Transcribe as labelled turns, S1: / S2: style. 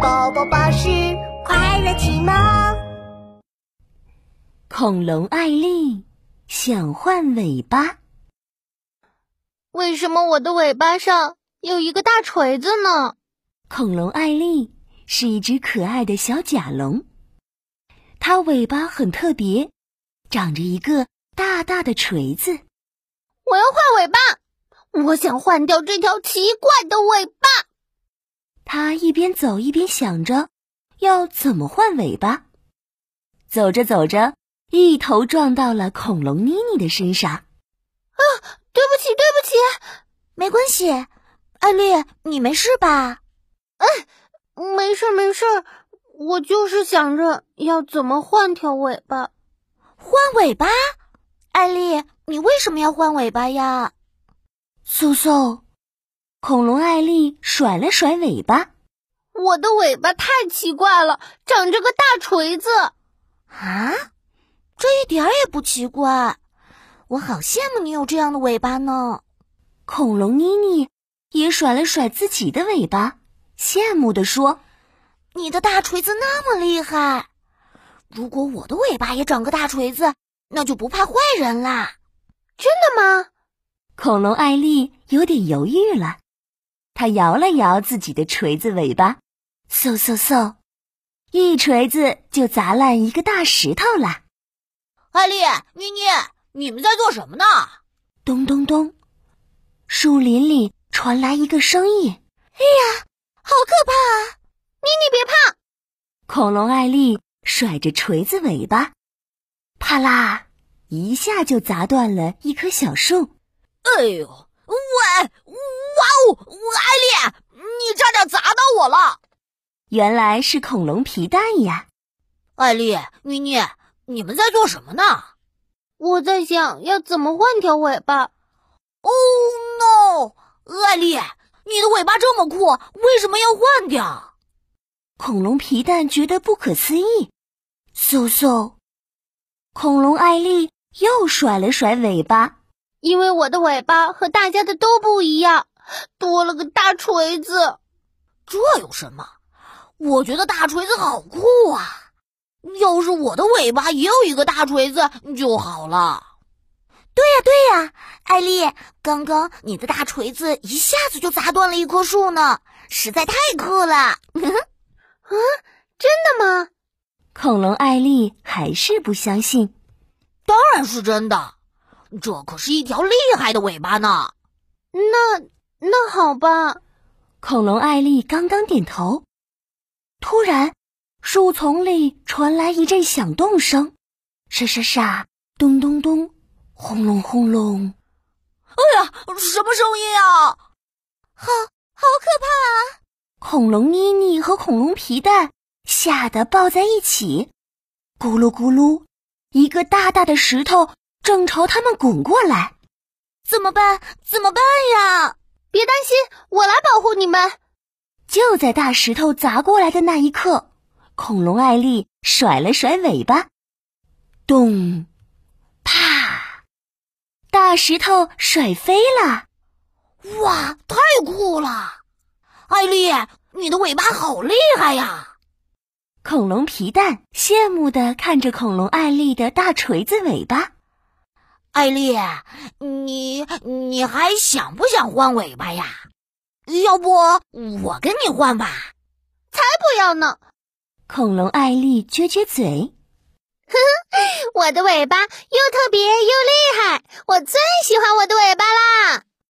S1: 宝宝巴士快乐启蒙。
S2: 恐龙艾丽想换尾巴，
S3: 为什么我的尾巴上有一个大锤子呢？
S2: 恐龙艾丽是一只可爱的小甲龙，它尾巴很特别，长着一个大大的锤子。
S3: 我要换尾巴，我想换掉这条奇怪的尾巴。
S2: 它一边走一边想着要怎么换尾巴。走着走着，一头撞到了恐龙妮妮的身上。
S3: 啊，对不起，对不起，
S4: 没关系。艾丽，你没事吧？
S3: 嗯，没事没事，我就是想着要怎么换条尾巴。
S4: 换尾巴？艾丽，你为什么要换尾巴呀？
S2: 嗖嗖，恐龙艾丽甩了甩尾巴。
S3: 我的尾巴太奇怪了，长着个大锤子。
S4: 啊，这一点也不奇怪。我好羡慕你有这样的尾巴呢。
S2: 恐龙妮妮也甩了甩自己的尾巴，羡慕地说：“
S4: 你的大锤子那么厉害，如果我的尾巴也长个大锤子，那就不怕坏人啦。”
S3: 真的吗？
S2: 恐龙艾丽有点犹豫了，她摇了摇自己的锤子尾巴，嗖嗖嗖。一锤子就砸烂一个大石头了！
S4: 艾丽、妮妮，你们在做什么呢？
S2: 咚咚咚，树林里传来一个声音：“
S4: 哎呀，好可怕啊！”
S3: 妮妮别怕！
S2: 恐龙艾丽甩着锤子尾巴，啪啦一下就砸断了一棵小树。
S5: 哎呦，喂，哇哦，艾丽，你差点砸到我了！
S2: 原来是恐龙皮蛋呀！
S5: 艾丽、妮妮，你们在做什么呢？
S3: 我在想要怎么换条尾巴。
S5: Oh no！艾丽，你的尾巴这么酷，为什么要换掉？
S2: 恐龙皮蛋觉得不可思议。嗖嗖，恐龙艾丽又甩了甩尾巴，
S3: 因为我的尾巴和大家的都不一样，多了个大锤子。
S5: 这有什么？我觉得大锤子好酷啊！要是我的尾巴也有一个大锤子就好了。
S4: 对呀、啊、对呀、啊，艾丽，刚刚你的大锤子一下子就砸断了一棵树呢，实在太酷 了！啊
S3: 嗯，真的吗？
S2: 恐龙艾丽还是不相信。
S5: 当然是真的，这可是一条厉害的尾巴呢。
S3: 那那好吧。
S2: 恐龙艾丽刚刚点头。突然，树丛里传来一阵响动声，沙沙沙，啊咚咚咚，轰隆轰隆。
S5: 哎呀，什么声音啊？
S4: 好，好可怕啊！
S2: 恐龙妮妮和恐龙皮蛋吓得抱在一起，咕噜咕噜，一个大大的石头正朝他们滚过来。
S4: 怎么办？怎么办呀？
S3: 别担心，我来保护你们。
S2: 就在大石头砸过来的那一刻，恐龙艾丽甩了甩尾巴，咚，啪，大石头甩飞了！
S5: 哇，太酷了！艾丽，你的尾巴好厉害呀！
S2: 恐龙皮蛋羡慕的看着恐龙艾丽的大锤子尾巴。
S5: 艾丽，你你还想不想换尾巴呀？要不我跟你换吧？
S3: 才不要呢！
S2: 恐龙艾丽撅撅嘴，
S3: 哼哼，我的尾巴又特别又厉害，我最喜欢我的尾巴啦！